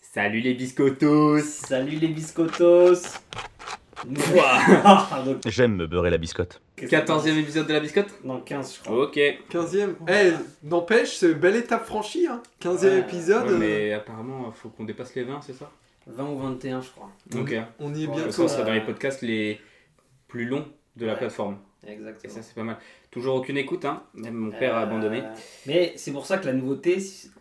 Salut les biscottos Salut les biscottos Ah, Donc, J'aime me beurrer la biscotte. qu'est-ce que- 14ème épisode de la biscotte Non, 15 je crois. Ok. 15ème. Eh, n'empêche, c'est une belle étape franchie. Hein. 15 e Ouais. épisode. Ouais, euh, mais apparemment, faut qu'on dépasse les 20, c'est ça 20 ou 21 je crois. on, Ok. y- on y est Ouais, Comme bientôt. ça, on sera Mm. euh, dans les podcasts les plus longs de la Ouais. plateforme. Et Exactement. ça, c'est pas mal. Toujours aucune écoute, hein. Même mon père a Euh, abandonné. Mais c'est pour ça que la nouveauté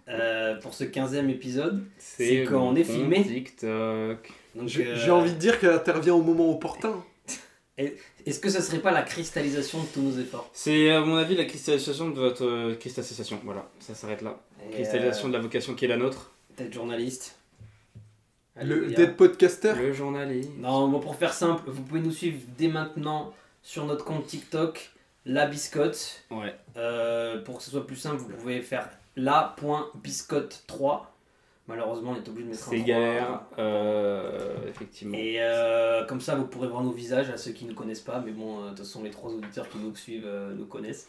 euh, pour ce 15e épisode, c'est quand mon on est filmé. compte TikTok. donc, J'ai euh, j'ai envie de dire qu'elle intervient au moment opportun. Est-ce que ça serait pas la cristallisation de tous nos efforts C'est à mon avis la cristallisation de votre euh, cristallisation. Voilà, ça s'arrête là. Et, Cristallisation euh, de la vocation qui est la nôtre. D'être journaliste. Le Alléluia. d'être podcaster. Le journaliste. Non, bon, pour faire simple, vous pouvez nous suivre dès maintenant sur notre compte TikTok, La Biscotte. Ouais. Euh, pour que ce soit plus simple, vous pouvez faire la.biscotte3. Malheureusement, on est obligé de mettre un C'est 3. galère, euh, effectivement. Et euh, comme ça, vous pourrez voir nos visages à ceux qui ne nous connaissent pas. Mais bon, euh, de toute façon, les trois auditeurs qui nous suivent euh, nous connaissent.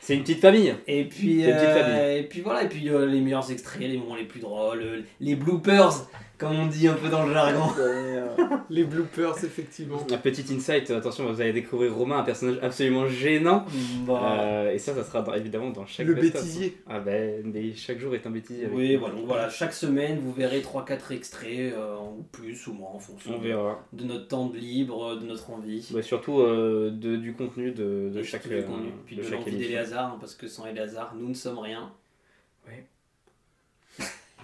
C'est une petite famille. Et puis, C'est une petite euh, famille. et puis voilà, et puis euh, les meilleurs extraits, les moments les plus drôles, euh, les bloopers, comme on dit un peu dans le euh, jargon. Les bloopers, effectivement. Un petit insight, attention, vous allez découvrir Romain, un personnage absolument gênant. Bah, Euh, et ça, ça sera dans- évidemment dans chaque Le best-of. bêtisier. Ah ben, mais chaque jour est un bêtisier. avec- Oui, voilà, donc voilà, chaque semaine vous verrez 3-4 extraits, euh, ou plus ou moins en fonction On verra. de notre temps de libre, euh, de notre envie, Ouais, surtout euh, de- du contenu de, de Et chaque, surtout du euh, contenu, puis de de, chaque l'envie émission. d'Eléazar, hein, parce que sans Eléazar, nous ne sommes rien.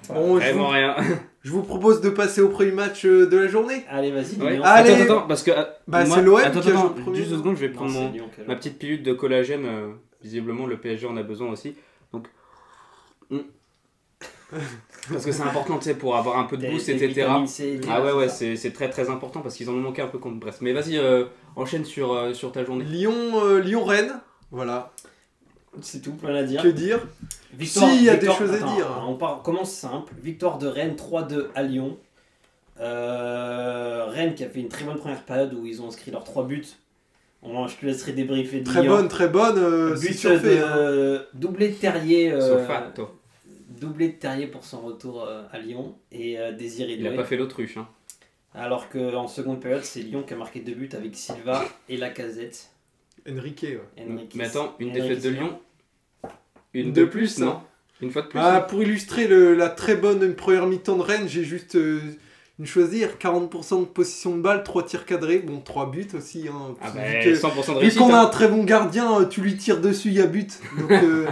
Bon, je Vraiment vous, rien. je vous propose de passer au premier match euh, de la journée. Allez, vas-y, Ouais. Lyon. Allez. Attends, attends, parce que. euh, Bah, moi- c'est l'OM Attends, qui a joué attends, le premier. juste deux secondes, je vais Non, prendre c'est mon- Lyon qui a ma joué. petite pilule de collagène. euh, visiblement, le PSG en a besoin aussi. Donc. mm. parce que c'est important, tu sais, pour avoir un peu de Des- boost, des etc. vitamines C et D, Ah ouais, ouais, ça. c'est c'est très très important parce qu'ils en ont manqué un peu contre Brest. Mais vas-y, euh, enchaîne sur, euh, sur ta journée. Lyon, euh, Lyon-Rennes. Voilà. C'est tout, plein à dire. Que dire Si, il y a des choses à dire. On part- commence simple. Victoire de Rennes 3-2 à Lyon. Euh, Rennes qui a fait une très bonne première période où ils ont inscrit leurs 3 buts. On- je te laisserai débriefer. de Très Lyon. bonne, très bonne. euh, c'est but surfait. de hein. doublé de Terrier. euh, Sofato. doublé de Terrier pour son retour euh, à Lyon et euh, Désiré Il n'a Doué. pas fait l'autruche. Hein. Alors qu'en seconde période, c'est Lyon qui a marqué deux buts avec Silva et Lacazette. Enrique, ouais. Henrique- Mais attends, une Henrique défaite de Silva. Lyon Une Une de de plus, plus, non Une fois de plus Ah, non pour illustrer le- la très bonne première mi-temps de Rennes, j'ai juste euh, une chose à dire 40% de possession de balle, 3 tirs cadrés, bon 3 buts aussi. Hein, Ah vu bah, que- 100% de vu réussite. qu'on a hein. un très bon gardien, euh, tu lui tires dessus, il y a but. Donc, euh,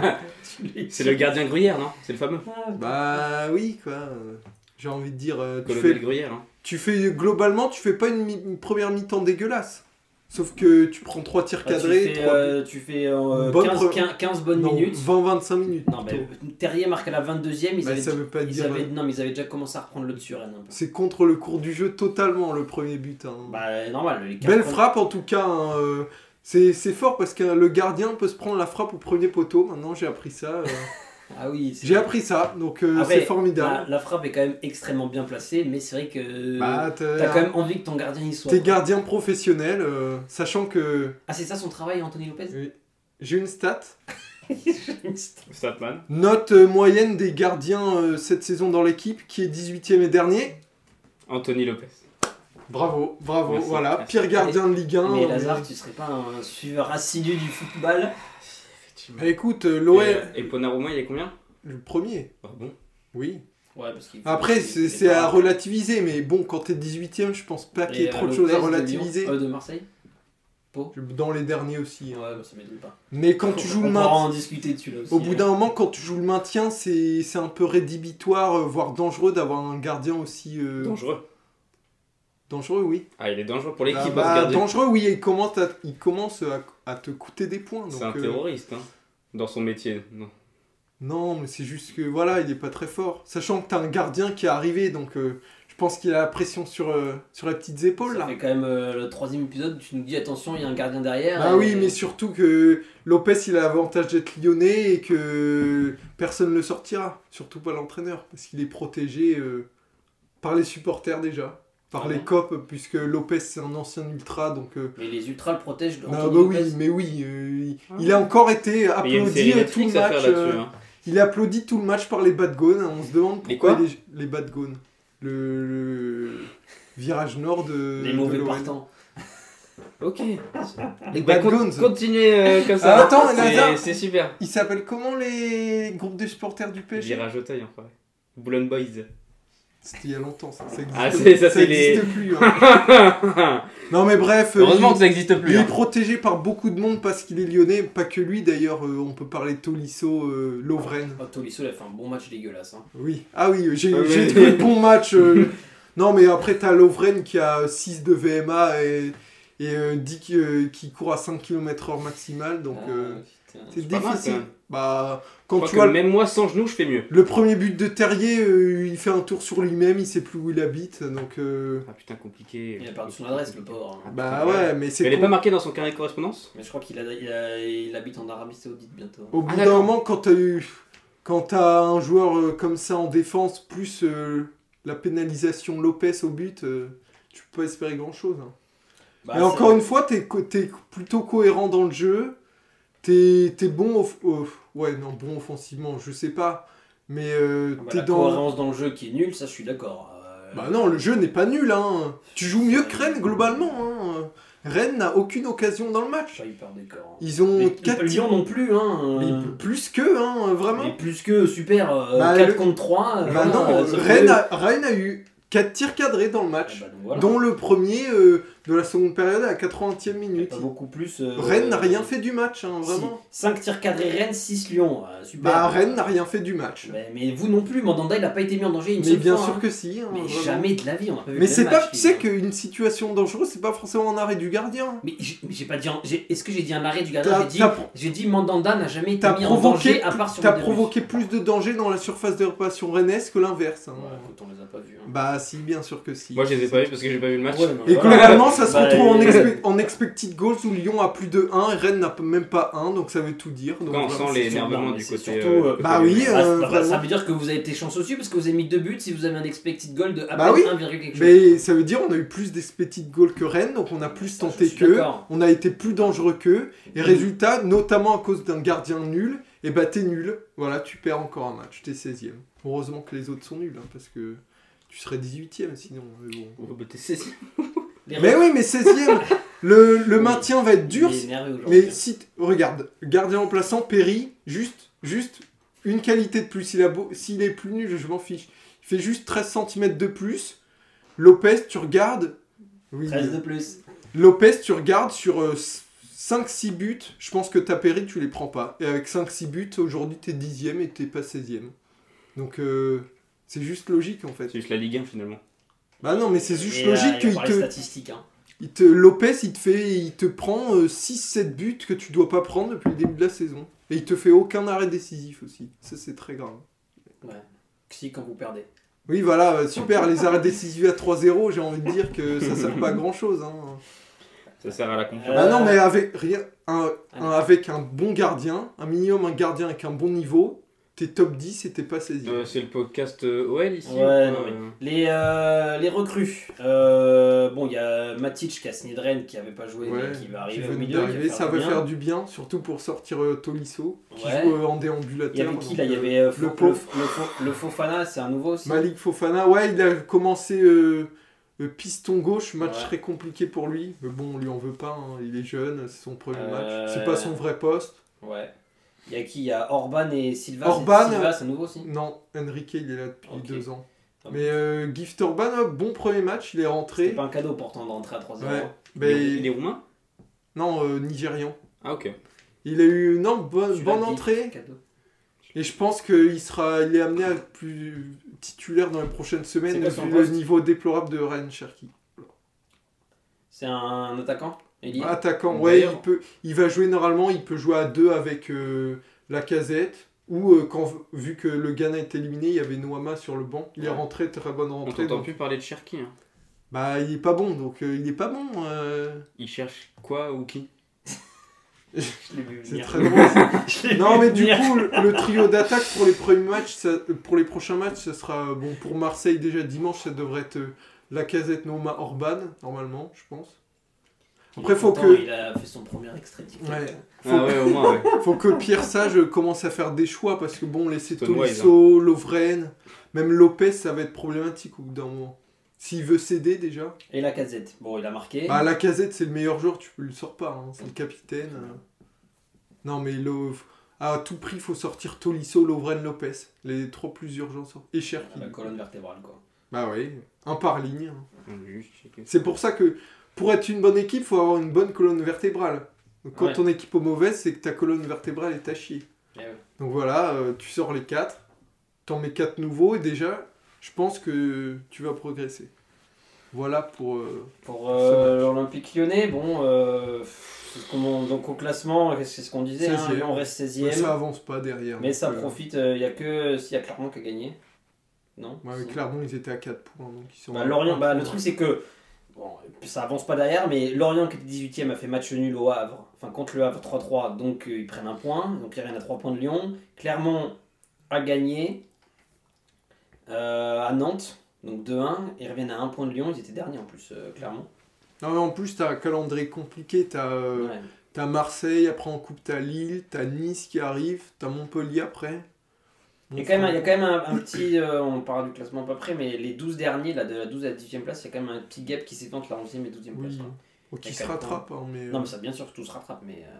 C'est le gardien Gruyère, non C'est le fameux. Ah, bah oui, quoi. euh, J'ai envie de dire, euh, tu, Colonel fais, Gruyère. hein. tu fais globalement, tu fais pas une, mi- une première mi-temps dégueulasse. Sauf que tu prends 3 tirs Ah, tu cadrés, fais, Bah, trois euh, tu fais euh, Bonne 15, pre- 15 15 bonnes buts. Non, minutes. 20-25 minutes. Non, mais plutôt. Terrier marque à la 22 e ils, Bah, avaient, ça veut pas ils dire. avaient- non, mais ils avaient déjà commencé à reprendre le dessus, Rennes. un peu. C'est contre le cours du jeu totalement le premier but. hein. Bah, normal. Les 15 Belle premiers- frappe en tout cas. hein, euh, c'est c'est fort parce que euh, le gardien peut se prendre la frappe au premier poteau. Maintenant j'ai appris ça. euh, Ah oui, c'est- j'ai appris ça, donc euh, Après, c'est La, formidable. la frappe est quand même extrêmement bien placée, mais c'est vrai que Bah, t'as- t'as quand même envie que ton gardien y soit. T'es gardien professionnel, euh, sachant que Ah, c'est ça son travail, Anthony Lopez oui, j'ai une stat. Statman. Note euh, moyenne des gardiens euh, cette saison dans l'équipe qui est 18e et dernier. Anthony Lopez. Bravo, bravo, Merci, voilà. merci. Pire gardien de Ligue 1. Mais euh, Lazare, tu serais pas un suiveur assidu du football bah, écoute, euh, l'OM, Et, euh, Et Ponaroma, il est combien le premier, Ah bon oui. Ouais, parce qu'il Après, c'est c'est à relativiser, mais bon, quand t'es 18ème, je pense pas euh, qu'il y ait trop de choses à relativiser. De, euh, Marseille Dans les derniers aussi. hein. Ouais, bah, ça m'étonne pas. Mais quand On- tu joues on le pourra maintien, en discuter dessus là euh, aussi. hein. au bout d'un moment, quand tu joues le maintien, c'est c'est un peu rédhibitoire, euh, voire dangereux d'avoir un gardien aussi euh, Dangereux. dangereux, oui. Ah, il est dangereux pour l'équipe, Ah, hein, ce bah, gardien. dangereux, oui, il commence à, il commence à, à te coûter des points. C'est donc, un euh, terroriste, hein. Dans son métier. Non. non, mais c'est juste que voilà, il est pas très fort. Sachant que t'as un gardien qui est arrivé, donc euh, je pense qu'il a la pression sur euh, sur les petites épaules Ça là. fait quand même euh, le troisième épisode, tu nous dis attention, il y a un gardien derrière. Bah et- oui, mais surtout que Lopez il a l'avantage d'être lyonnais et que personne ne le sortira, surtout pas l'entraîneur, parce qu'il est protégé euh, par les supporters déjà, par Ah les bon copes, puisque Lopez c'est un ancien ultra donc. euh, Mais les ultras le protègent. bah, Anthony bah Lopez. oui, mais oui, euh, il, il a encore été Mais Ah il y a une applaudi série euh, tout le Netflix à match. faire euh, là-dessus. hein. Il applaudit tout le match par les bas de Gaune. On se demande Les pourquoi quoi il est- les bas de Gaune. Le, le virage nord de. Les de mauvais l'OL. partants. Ok. Les Bah, bad con- Gaunes. Continuez euh, comme ça. Ah, attends, C'est- Lazare. c'est super. Ils s'appellent comment les groupes de supporters du PSG Virage au taille, en vrai. Boulogne Boys. C'était il y a longtemps, ça. Ça existe, Ah, c'est- ça, c'est les- existe plus. hein. non, mais bref. euh, Heureusement que il, ça existe plus. il hein. est protégé par beaucoup de monde parce qu'il est lyonnais. Pas que lui, d'ailleurs. euh, on peut parler de Tolisso, euh, Lovren. Oh, Tolisso, il a fait un bon match dégueulasse. Hein. Oui. Ah oui, j'ai Ah, j'ai oui. trouvé le bon match. euh. non, mais après, t'as Lovren qui a 6 de VMA et, et euh, dit que- euh, qu'il court à 5 km/h maximal. Donc, Ah, euh, putain. c'est pas mal, difficile. quand même. bah, Je quand crois tu que vois même moi sans genoux, je fais mieux. Le premier but de Terrier, euh, il fait un tour sur lui-même, il sait plus où il habite, donc... euh, Ah putain, compliqué. Il a perdu son adresse, le pauvre. Ah, bah putain, ouais, mais c'est... Elle est con. pas marquée dans son carnet de correspondance Mais je crois qu'il a- il a- il habite en Arabie Saoudite bientôt. Au Ah, bout d'un d'accord. moment, quand t'as eu... Quand t'as un joueur euh, comme ça en défense, plus euh, la pénalisation Lopez au but, euh, tu peux pas espérer grand-chose. hein. Bah, mais c'est- encore une fois, t'es, co- t'es plutôt cohérent dans le jeu, t'es, t'es bon... off- off- ouais, non, bon offensivement, je sais pas, mais euh, Ah, bah, t'es la dans... cohérence dans le jeu qui est nulle, ça je suis d'accord. Euh, Bah non, le jeu n'est pas nul, hein. Tu joues mieux que Rennes, globalement. Hein. Rennes n'a aucune occasion dans le match. J'ai hyper décor. Ils ont Mais 4 Lyon non plus, hein. Mais euh, plus qu'eux, hein, Mais vraiment. plus que super, euh, Bah, 4 le- contre 3. euh, Bah non, voilà, euh, ça Rennes peut- a, Rennes a eu 4 tirs cadrés dans le Ah, match, bah, donc voilà. dont le premier euh, de la seconde période à la 80e Il y a minute. pas beaucoup plus. euh, Rennes n'a rien fait du match, hein, vraiment. 5 tirs cadrés Rennes, 6 Lyon. euh, super. Bah Rennes n'a rien fait du match. Mais, mais vous non plus, Mandanda il a pas été mis en danger une Mais seule bien fois, sûr hein. que si. hein, Mais vraiment. jamais de la vie, on a pas vu Mais le c'est même pas, match, tu il- sais qu'une situation dangereuse, c'est pas forcément un arrêt du gardien. Mais j'ai mais j'ai pas dit. un- j'ai- Est-ce que j'ai dit un arrêt du gardien T'as- J'ai dit. t'as- J'ai dit Mandanda n'a jamais été T'as mis en danger provoqué, à part sur t'as le début. provoqué plus de danger dans la surface de réparation rennaise que l'inverse. hein. Ouais, écoute, on les a pas vus. hein. Bah si, bien sûr que si. Moi je les ai pas vus parce que j'ai pas vu le match. Ouais, mais Et voilà. globalement, ça se Bah, retrouve en, euh, expe- en expected goals où Lyon a plus de 1 et Rennes n'a p- même pas 1, donc ça veut tout dire. Donc, Quand on vraiment, sent c'est- l'énervement surtout- du c'est côté. surtout, euh, euh, côté bah oui, lyonnais. Ah, euh, bah, bah, ça vraiment. veut dire que vous avez été chanceux dessus parce que vous avez mis deux buts si vous avez un expected goal de à Bah peine oui. 1, quelque chose. Mais ça veut dire on a eu plus d'expected goals que Rennes, donc on a plus Ça, je tenté suis qu'eux, d'accord. on a été plus dangereux qu'eux, et résultat, notamment à cause d'un gardien nul, et bah t'es nul, voilà, tu perds encore un match, t'es 16ème. Heureusement que les autres sont nuls, hein, parce que tu serais 18ème sinon. mais bon. Oh, bah, t'es saisi. Les Mais refs, oui, mais 16ème le, le Oui. maintien va être dur il est énervé aujourd'hui. Mais si, t- regarde, gardien remplaçant, Perry, juste, juste une qualité de plus. S'il a beau- s'il est plus nul, je m'en fiche. Il fait juste 13 cm de plus. Lopez, tu regardes. Oui, euh, 13 de plus. Lopez, tu regardes sur euh, 5-6 buts. Je pense que ta Perry, tu les prends pas. Et avec 5-6 buts, aujourd'hui, t'es 10ème et t'es pas 16ème. Donc, euh, c'est juste logique en fait. C'est juste la Ligue 1 finalement. Bah non, mais c'est juste Et, logique euh, il qu'il va parler te. statistiques, hein. Il te, Lopez, il te, fait, il te prend 6-7 buts que tu dois pas prendre depuis le début de la saison. Et il te fait aucun arrêt décisif aussi. Ça, c'est très grave. Si, quand vous perdez. Oui, voilà, euh, super, les arrêts décisifs à 3-0, j'ai envie de dire que ça sert pas à grand-chose. hein. Ça sert à la confiance. Euh, Ah non, mais avec, rien, un- un- avec un bon gardien, un minimum, un gardien avec un bon niveau, t'es top 10 et t'es pas 16 Euh, c'est le podcast euh, OL ici Ouais, ou pas, non, mais- euh, Les, euh, les recrues. Euh, bon, il y a Matic qui a signé de Rennes qui avait pas joué Ouais, mais qui va Qui arriver au venait milieu. d'arriver, qui va ça va bien. faire du bien, surtout pour sortir euh, Tolisso, qui Ouais. joue euh, en Il y déambulateur. avait qui donc, là Il y euh, avait euh, Fo- le, pauvre. Fo- le Fo- le Fofana, c'est un nouveau aussi. Malik Fofana, ouais, il a commencé euh, euh, piston gauche, match Ouais. très compliqué pour lui. Mais bon, on lui en veut pas, hein, il est jeune, c'est son premier Euh, match. C'est pas son vrai poste. Ouais. Il y a qui Il y a Orban et Silva. Orban. C'est- Silva, c'est nouveau aussi. Non, Enrique, il est là depuis Ok. deux ans. Ah Mais euh, Gift Orban, ouais, bon premier match, il est C'est rentré. pas un cadeau pourtant de rentrer à hein. 3-0. Ouais. il est- Ben, Il est roumain Non, euh, nigérian. Ah ok. Il a eu une énorme bonne, Tu l'as bonne dit, entrée. cadeau. Et je pense qu'il sera, il est amené à être plus titulaire dans les prochaines C'est semaines, quoi son vu le poste niveau déplorable de Ryan Cherki. C'est un attaquant Eli Attaquant, Donc, ouais, d'ailleurs- il, peut, il va jouer normalement, il peut jouer à deux avec euh, la casette. Ou euh, quand, vu que le Ghana est éliminé, il y avait Noama sur le banc. Il est Ouais. rentré, très bonne On rentrée. t'entend donc- plus parler de Cherki. hein. Bah, il est pas bon, donc euh, il est pas bon. euh. Il cherche quoi ou qui Je l'ai vu C'est venir. très drôle. Je l'ai non, vu mais du venir. coup, le, le trio d'attaque pour les premiers matchs, ça- pour les prochains matchs, ce sera euh, bon pour Marseille euh, déjà dimanche, ça devrait être la casette Noama Orban normalement, je pense. Après, faut Pourtant, que- Il a fait son premier extrait TikTok. Ouais. Faut, Ah ouais, au moins, ouais. faut que Pierre Sage commence à faire des choix parce que bon, laisser Stone Wise, Tolisso, Lovren, même Lopez, ça va être problématique au bout d'un moment. S'il veut céder déjà. Et la casette. Bon, il a marqué. Bah, la casette, c'est le meilleur joueur, tu le sors pas, hein, c'est le capitaine. euh. Non, mais le... à tout prix, faut sortir Tolisso, Lovren, Lopez. Les trois plus urgents sortent. Et Cherki. Ah, la colonne vertébrale, quoi. Bah oui, un par ligne. hein. On juste checker. C'est pour ça que pour être une bonne équipe, faut avoir une bonne colonne vertébrale. Donc, quand Ouais. ton équipe est mauvaise, c'est que ta colonne vertébrale est à chier. Eh Donc voilà, euh, tu sors les 4, t'en mets 4 nouveaux et déjà, je pense que tu vas progresser. Voilà pour... euh, Pour euh, l'Olympique lyonnais, bon, euh, pff, c'est ce qu'on- donc au classement, c'est ce qu'on disait, hein, 16e. Lyon reste 16 ouais, e ça avance pas derrière. mais ça donc, euh, profite, il n'y a que s'il y a Clermont qui a gagné. Non Ouais, mais Si. Clermont, ils étaient à 4 points, donc ils sont... Bah, à- Lorient, bah, le truc c'est que bon, ça avance pas derrière, mais Lorient qui était 18ème a fait match nul au Havre, enfin contre le Havre 3-3, donc euh, ils prennent un point, donc ils reviennent à 3 points de Lyon. Clermont a gagné euh, à Nantes, donc 2-1, ils reviennent à 1 point de Lyon, ils étaient derniers en plus, euh, Clermont. Non, mais en plus, t'as un calendrier compliqué, t'as euh, Ouais. t'as Marseille, après en coupe, t'as Lille, t'as Nice qui arrive, t'as Montpellier après. Il y, a quand même, il y a quand même un, un petit, euh, on parle du classement à peu près, mais les 12 derniers, là, de la 12 à la 10e place, il y a quand même un petit gap qui s'évente la 11e et 12e place. Oui. quoi. Bon, hein. Il y qui a se quatre rattrape, hein, mais... Non, euh, mais ça, bien sûr, tout se rattrape, mais euh,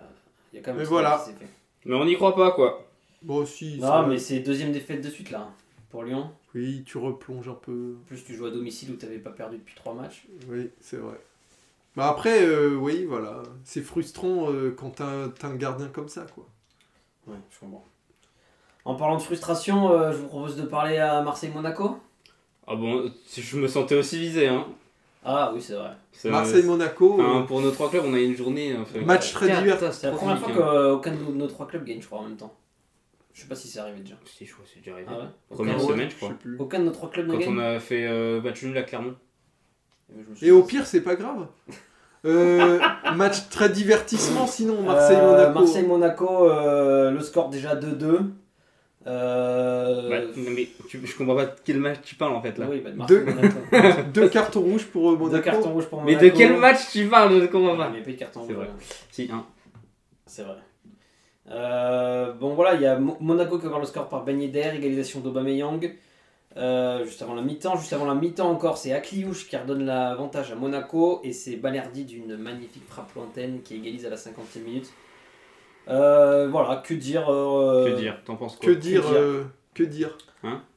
il y a quand même Mais un petit voilà. gap qui s'est fait. Mais on n'y croit pas, quoi. Bon, si... ça Non, va. mais c'est deuxième défaite de suite là pour Lyon. Oui, tu replonges un peu... En plus, tu joues à domicile où t'avais pas perdu depuis trois matchs. Oui, c'est vrai. Bah après, euh, oui, voilà. C'est frustrant euh, quand t'as t'as un gardien comme ça, quoi. Ouais, je comprends. En parlant de frustration, euh, je vous propose de parler à Marseille-Monaco. Ah bon, si je me sentais aussi visé, hein. Ah oui, c'est vrai. Euh, Ça- Marseille-Monaco, Enfin, pour nos trois clubs, on a une journée. hein, enfin, euh, match très Tiens, divers. putain, C'est la Trop première fois compliqué, qu'aucun de nos trois clubs gagne, je crois, en même temps. Je sais pas si c'est arrivé déjà. Si, je crois que c'est déjà arrivé. Ah ouais Première aucun, euh, Ouais, semaine, je sais crois. plus. aucun de nos trois clubs ne Quand on gagne. a fait euh, match nul à Clermont. Je me suis Et au dit, pire, c'est pas grave. Euh, match très divertissement, sinon, Euh, Marseille-Monaco. Marseille-Monaco, euh, le score déjà 2-2. Euh, Bah, non, mais tu- je comprends pas de quel match tu parles en fait là. oui, bah, de Deux- Marseille-Monaco. Deux cartons rouges pour euh, Deux Monaco. cartons rouges pour Mais Monaco. de quel match tu parles Je comprends Ah, pas. mais pas de carton C'est rouge, vrai. hein. Si, hein. C'est vrai. Euh, bon voilà, il y a Mo- Monaco qui a ouvert le score par Ben Yedder, égalisation d'Aubameyang. Euh, juste avant la mi-temps, juste avant la mi-temps encore, c'est Akliouche qui redonne l'avantage à Monaco et c'est Balerdi d'une magnifique frappe lointaine qui égalise à la 50e minute. Euh, voilà, que dire euh, Que dire T'en penses Que quoi dire Que dire euh, Que dire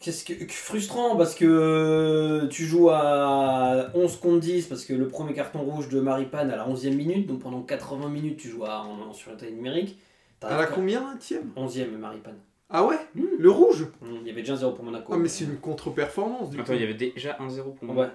Qu'est-ce que, que frustrant parce que euh, tu joues à 11 contre 10 parce que le premier carton rouge de Maripane à la 11e minute, donc pendant 80 minutes tu joues à, en, en surtaille numérique. À la combien, tième 11e Maripane. Ah ouais Mmh. Le rouge Mm, Il y avait déjà 0 pour Monaco. Ah, mais c'est une contre-performance, du Attends, coup. il y avait déjà 1-0 pour Ouais. moi.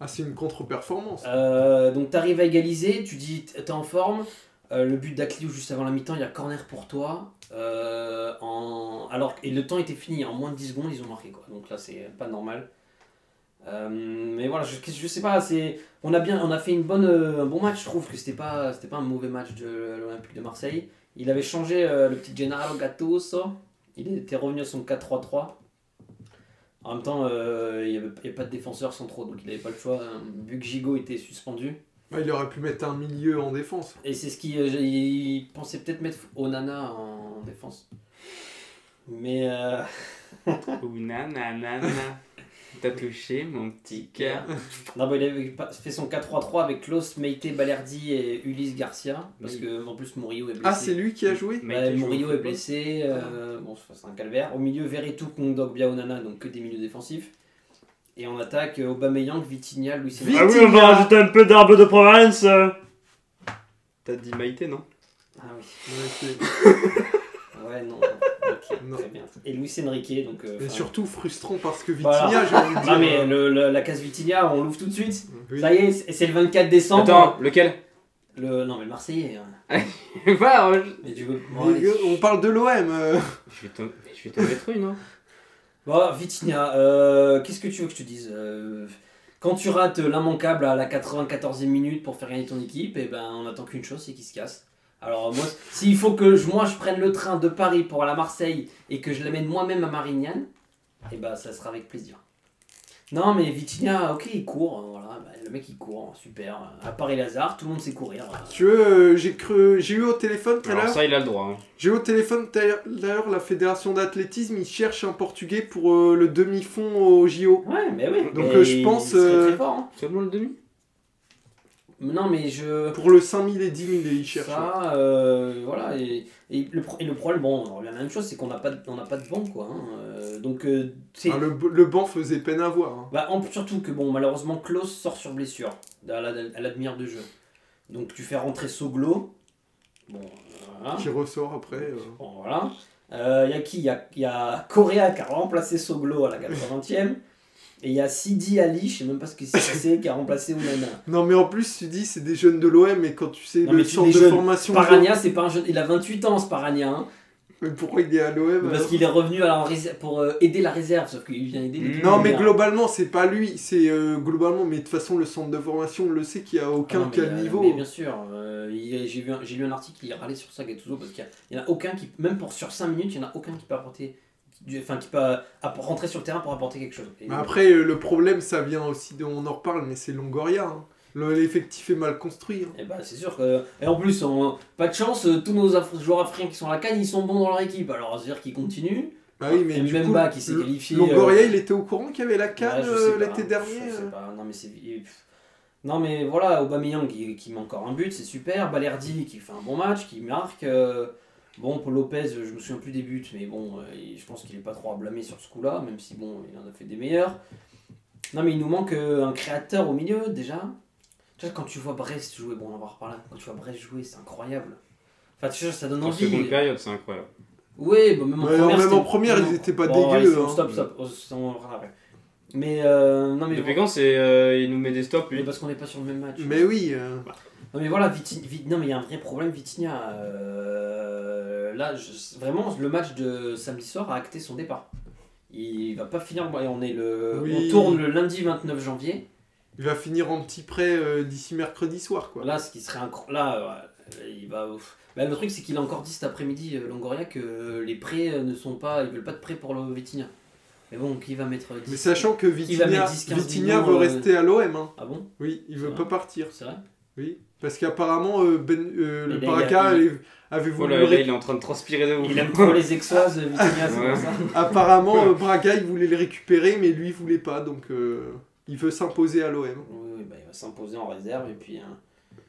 Ah, c'est une contre-performance. Euh, donc t'arrives à égaliser, tu dis t- t'es en forme. Euh, le but d'Akliou juste avant la mi-temps, il y a corner pour toi. Euh, en... Alors, et le temps était fini, en moins de 10 secondes ils ont marqué quoi. Donc là c'est pas normal. Euh, mais voilà, je, je sais pas, c'est on a bien, on a fait une bonne, euh, un bon match, je trouve que c'était pas, c'était pas un mauvais match de l'Olympique de Marseille. Il avait changé euh, le petit Gennaro Gattuso, il était revenu à son 4-3-3. En même temps, euh, il n'y avait, il y avait pas de défenseur centraux, donc il n'avait pas le choix, hein, vu que Gigot était suspendu. Bah, il aurait pu mettre un milieu en défense. Et c'est ce qu'il euh, il pensait peut-être mettre Onana en défense. Mais euh, Ouh, nanana. T'as touché mon petit cœur. non, bah, il avait pas- fait son 4-3-3 avec Klaus, Meite, Balerdi et Ulysse Garcia, parce Oui. que en plus Murillo est blessé. Ah, c'est lui qui a joué Mec, Bah, il joue au Murillo est football. blessé, euh, bon, c'est un calvaire. Au milieu, Veretout, Kondogbia, Onana, donc que des milieux défensifs. Et en attaque, euh, Aubameyang, Vitinha, Luis Enrique. Ah oui, on va rajouter un peu d'arbre de Provence. T'as dit Maïté, non Ah oui. Ouais, c'est- Ah Ouais, non. Ok, Non. Très bien. Et Luis Enrique, donc. euh, Et enfin, surtout frustrant parce que Vitinha, Voilà. j'ai envie de dire. euh, Non, mais le- le- la case Vitinha, on l'ouvre tout de suite. Oui. Ça y est, c'est c'est le 24 décembre. Attends, lequel Le, non, mais le Marseillais. hein. Voilà, je... Mais tu veux. Mais Bon, allez. gueux, on parle de l'OM. euh. Je vais t'en- je vais t'en mettre une, hein. Bon, Vitinha, euh, qu'est-ce que tu veux que je te dise euh, Quand tu rates l'immanquable à la 94e minute pour faire gagner ton équipe, et ben, on attend qu'une chose, c'est qu'il se casse. Alors, moi, s'il faut que je, moi je prenne le train de Paris eh pour aller à Marseille et que je l'amène moi-même à Marignane, et ben, ça sera avec plaisir. Non, mais Vitinha, ok, il court. euh, Voilà, bah, le mec il court, super. À part et Lazare, tout le monde sait courir. euh. Tu veux, euh, j'ai cru, j'ai eu au téléphone tout à Alors l'heure. ça, il a le droit. hein. J'ai eu au téléphone tout à l'heure- tout à l'heure la fédération d'athlétisme, ils cherchent un portugais pour euh, le demi-fond au JO. Ouais, mais oui. Donc, mais euh, je pense, il serait euh, très fort, hein. Seulement le demi Non, mais je. Pour le 5000 et 10 000, ils cherchent. Ça, euh, voilà. Et, et le, pro- et le problème, bon, on revient à la même chose, c'est qu'on n'a pas, de- on n'a pas de banc, quoi. hein, euh, donc, euh, c'est. Ah, le, le banc faisait peine à voir. hein. Bah, en, surtout que, bon, malheureusement, Klaus sort sur blessure à la, à la demi-heure de jeu. Donc, tu fais rentrer Soglo. Bon, voilà. Qui ressort après. euh. Bon, voilà. Euh, Il y a qui Il y a, il y a Correa qui a remplacé Soglo à la 80e. Et il y a Sidi Ali, je sais même pas ce que c'est, qui a remplacé Onana. Non, mais en plus, tu dis, c'est des jeunes de l'OM, et quand tu sais Non, le mais tu centre dis de jeunes. formation. Paragna, c'est pas un jeune. Il a 28 ans, ce Paragna. hein. Mais pourquoi il est à l'OM Parce qu'il est revenu à la réserve- pour euh, aider la réserve, sauf qu'il vient aider les Non, autres mais gars. globalement, c'est pas lui. C'est euh, globalement, mais de toute façon, le centre de formation, on le sait qu'il n'y a Ah non, aucun mais, qui a le euh, niveau. mais bien sûr, euh, il y a- j'ai, vu un, j'ai lu un article qui râlait sur ça, Gattuso, parce qu'il n'y en a aucun qui, même pour, sur 5 minutes, il n'y en a aucun qui peut apporter, du- enfin qui peut euh, app- rentrer sur le terrain pour apporter quelque chose. Et- Mais après, euh, le problème, ça vient aussi de. On en reparle, mais c'est Longoria. hein. Le- L'effectif est mal construit. hein. et bah, c'est sûr que. Et en plus, on- pas de chance, euh, tous nos Af- joueurs africains qui sont à la canne, ils sont bons dans leur équipe. Alors, c'est-à-dire qu'ils continuent. Bah oui, mais Et du coup, Mbemba qui s'est L- qualifié, Longoria, euh, il était au courant qu'il y avait la canne Ouais, je sais euh, pas, l'été je dernier. sais euh. pas, Non, mais c'est. et, pff. Non, mais voilà, Aubameyang qui, qui met encore un but, c'est super. Balerdi qui fait un bon match, qui marque. euh, Bon, Paul Lopez, je me souviens plus des buts, mais bon, euh, il- je pense qu'il est pas trop à blâmer sur ce coup-là, même si bon, il en a fait des meilleurs. Non, mais il nous manque euh, un créateur au milieu déjà. Tu vois, quand tu vois Brest jouer, bon, on va en reparler, quand tu vois Brest jouer, c'est incroyable. Enfin, tu sais, ça donne En seconde envie. période, c'est incroyable. Oui, bah, même en Ouais, première. même en c'était- première, non, ils étaient pas bon, ouais, dégueux. c'est- hein. Stop, stop, on s'en reparlera après. Mais euh, non, mais. Bah, Depuis quand c'est, euh, il nous met des stops Mais lui parce qu'on n'est pas sur le même match. Mais oui. euh, Non mais voilà, Viti- Vi- non mais il y a un vrai problème Vitinha. Euh, Là, je- vraiment, le match de samedi soir a acté son départ. Il va pas finir. bon, et On est le, Oui. on tourne le lundi 29 janvier. Il va finir en petit prêt euh, d'ici mercredi soir, quoi. Là, ce qui serait incro- là, euh, il va. ouf. Bah, le truc, c'est qu'il a encore dit cet après-midi euh, Longoria que euh, les prêts euh, ne sont pas, ils veulent pas de prêts pour le Vitinha. Mais bon, qui va mettre 10 Mais sachant que va Vitinha, mettre 10-15 Vitinha millions, veut euh, rester à l'OM. hein. Ah bon, Oui, il C'est veut vrai. pas partir. c'est vrai. Oui, parce qu'apparemment, euh, Ben- euh, Mais là, le il Baraka a- il- avait- avait Oh voulu. là, là, ré- il est en train de transpirer de ouf. Il aime trop les exoises, euh, Vitinha, c'est Ouais. pour ça. Apparemment, euh, Braga, il voulait les récupérer, mais lui, il voulait pas. Donc, euh, il veut s'imposer à l'OM. Oui, oui, bah, il va s'imposer en réserve et puis hein,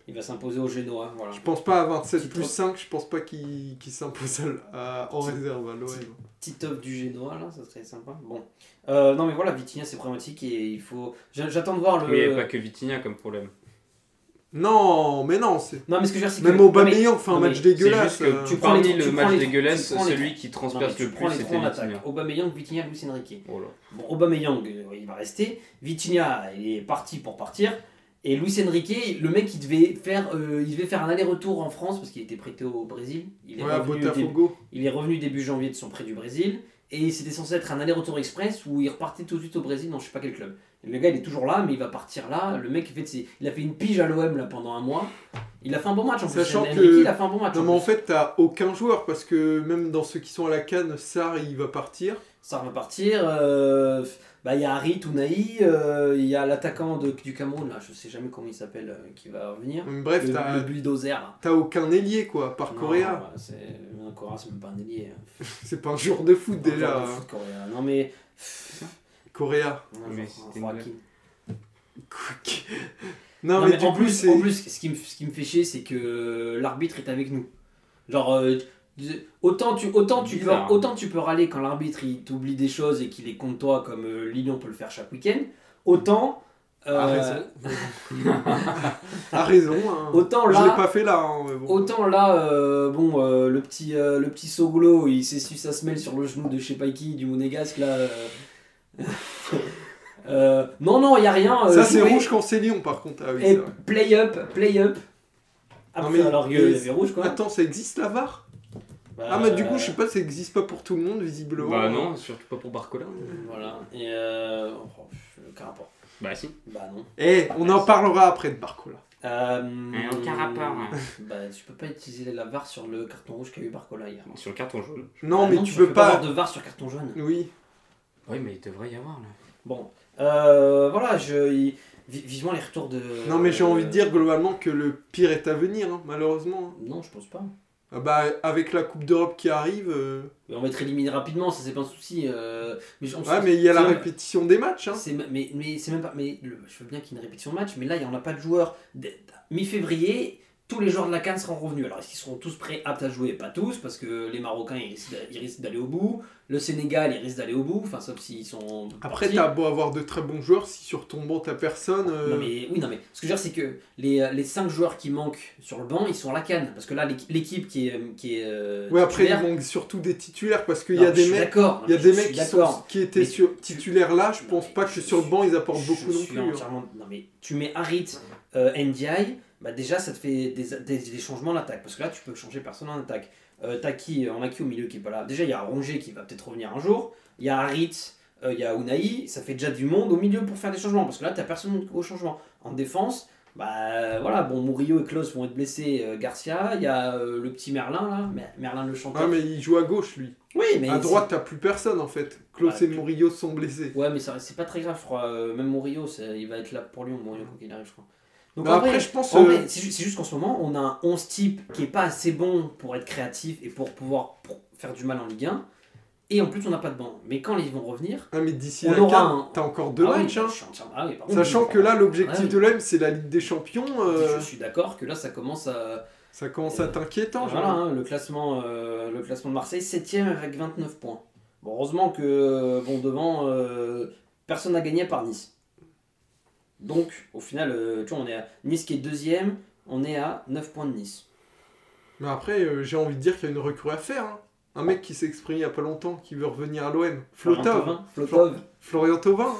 il va s'imposer au Génois. Voilà. Je pense pas à 27 Petite plus robe. 5, je pense pas qu'il qu'il s'impose à- à- en Petite- réserve à l'OM. Petite offre du Génois, là, ça serait sympa. Bon. Euh, non, mais voilà, Vitinha, c'est problématique et il faut. j'a- J'attends de voir le. Mais il n'y a pas que Vitinha comme problème. Non, mais non, c'est. Non, mais ce que je veux dire, c'est que. Même non, mais- Aubameyang fait un non, mais match C'est dégueulasse. juste que euh, tu Tu prends les parmi trois- tu le prends match les- dégueulasse, tu prends les celui qui non, mais transperce tu le prends plus, les trois c'était en attaque. Vitinha. Aubameyang, Vitinha, Luis Enrique. Oh là. Bon, Aubameyang, euh, il va rester. Vitinha, il est parti pour partir. Et Luis Enrique, le mec, il devait faire, euh, il devait faire un aller-retour en France parce qu'il était prêté au Brésil. Il est Ouais, à revenu au début- Botafogo. Il est revenu début janvier de son prêt du Brésil et c'était censé être un aller-retour express où il repartait tout de suite au Brésil dans je sais pas quel club. Et le gars il est toujours là mais il va partir là. Le mec il, fait, ses- il a fait une pige à l'OM là pendant un mois. Il a fait un bon match en plus. Sachant Enrique, que- Il a fait un bon match. Non, en mais en plus. fait, t'as aucun joueur parce que même dans ceux qui sont à la canne, Sarr, il va partir. Ça va partir. euh, Bah, il y a Harit Tounaï, euh, il y a l'attaquant de- du Cameroun là, je sais jamais comment il s'appelle euh, qui va revenir. Bref, le, le t'as bulldozer là. t'as aucun ailier, quoi, par Non, Correa. bah, c'est non, Correa c'est même pas un ailier. hein. C'est pas un joueur de foot C'est un déjà. joueur de foot, Correa. Non mais Correa. Non, Mais je- c'était une Joaquin. Quick. Non, Non, mais, mais du en, coup, plus, c'est. en plus, ce qui me, ce qui me fait chier, c'est que euh, l'arbitre est avec nous. Genre, euh, tu- autant, tu, autant, tu peux, Bizarre. autant tu peux râler quand l'arbitre il t'oublie des choses et qu'il est contre toi, comme euh, Lilian peut le faire chaque week-end, autant. euh, À raison. à raison. hein. Autant Je l'ai là, pas fait là. hein, mais bon. autant là euh, bon, euh, le petit, euh, le petit Sogolo, il s'est su sa semelle sur le genou de je sais pas qui, du Monégasque là. euh. Euh, non, non, il a rien. euh, ça, c'est jouez. rouge quand c'est Lyon, par contre. Ah oui, Et c'est vrai. play up, play up. Ah, Non, putain, mais- alors que mais- il y avait rouge quoi. Attends, ça existe la VAR Bah, Ah, mais du coup, je sais pas, ça existe pas pour tout le monde, visiblement. Bah non, surtout pas pour Barcola. Voilà. Et euh... oh, aucun rapport. Bah si. Bah non. Eh, on en parlera après de Barcola. Euh... Mais aucun rapport, hein. Bah tu peux pas utiliser la VAR sur le carton rouge qu'a eu Barcola hier. Sur le carton jaune. Non, Bah mais tu peux fais pas. avoir de VAR sur carton jaune. Oui. Oui, mais il devrait y avoir là. Bon. Euh, voilà, je, il- vi- vivement les retours de. Non, mais j'ai euh, envie de dire globalement que le pire est à venir, hein, malheureusement. Non, je pense pas. Ah bah, avec la Coupe d'Europe qui arrive. euh, Mais on va être éliminé rapidement, ça c'est pas un souci. euh, Mais je- on- Ouais, mais il y a la c'est- répétition des matchs. Hein. c'est ma- mais mais c'est même pas. Mais le- je veux bien qu'il y ait une répétition de match, mais là, il n'y en a pas de joueurs. Dès- Mi-février, tous les joueurs de la Cannes seront revenus. Alors, est-ce qu'ils seront tous prêts, aptes à jouer Pas tous, parce que les Marocains, ils risquent d'a- ils risquent d'aller au bout. Le Sénégal, ils risquent d'aller au bout. Enfin, sauf s'ils sont. Après, partis. t'as beau avoir de très bons joueurs, si sur ton banc t'as personne. euh, Non mais, oui, non mais ce que je veux dire, c'est que les, les 5 joueurs qui manquent sur le banc, ils sont à la canne. Parce que là, l'équ- l'équipe qui est. euh, Qui est euh, Ouais, après, ils titulaire- manquent surtout des titulaires parce qu'il Non, y a je des suis mecs, d'accord. il y a Je des suis mecs qui, d'accord. sont- qui étaient Mais sur tu- titulaires là. Je Non, pense mais pas que je sur le suis- banc ils apportent Je beaucoup non suis plus. hein. entièrement- Non mais tu mets Harit, euh, NDI, bah déjà ça te fait des, des- des changements en attaque. Parce que là tu peux changer personne en attaque. Euh, t'as qui euh, On a qui au milieu qui est pas là Déjà il y a Rongé qui va peut-être revenir un jour. Il y a Harit, euh, il y a Unai. Ça fait déjà du monde au milieu pour faire des changements. Parce que là t'as personne au changement. En défense, bah voilà, bon Murillo et Klaus vont être blessés. euh, Garcia, il y a euh, le petit Merlin là, Mer- Merlin le chanteur. Ouais, mais il joue à gauche lui. Oui mais à c'est- droite, t'as plus personne en fait. Klaus Ouais. et Murillo sont blessés. Ouais, mais ça- c'est pas très grave, je crois. Euh, Même Morio, c'est- il va être là pour Lyon, Morio, quand il arrive, je crois. Donc, Mais en après, vrai, je pense. en euh, vrai, c'est ju- c'est juste qu'en ce moment, on a un 11 type qui est pas assez bon pour être créatif et pour pouvoir pro- faire du mal en Ligue 1. Et en plus, on n'a pas de banc. Mais quand ils vont revenir. hein, mais d'ici on la aura carte, un- t'as encore deux Ah oui, matchs. hein. je suis entièrement- ah oui, par contre, Sachant oui, que là, Ah l'objectif oui. de l'OM, c'est la Ligue des Champions. euh, Je suis d'accord que là, ça commence à. Ça commence à être inquiétant. voilà, genre. hein, le, classement, euh, le classement de Marseille, 7ème avec 29 points. Bon, heureusement que, euh, bon, devant, euh, personne n'a gagné par Nice. Donc, au final, euh, tu vois, on est à Nice qui est deuxième, on est à 9 points de Nice. Mais après, euh, j'ai envie de dire qu'il y a une recrue à faire. hein. Un mec qui s'est exprimé il y a pas longtemps, qui veut revenir à l'OM. Flotov. Flotov. Flotov. Florian Thauvin,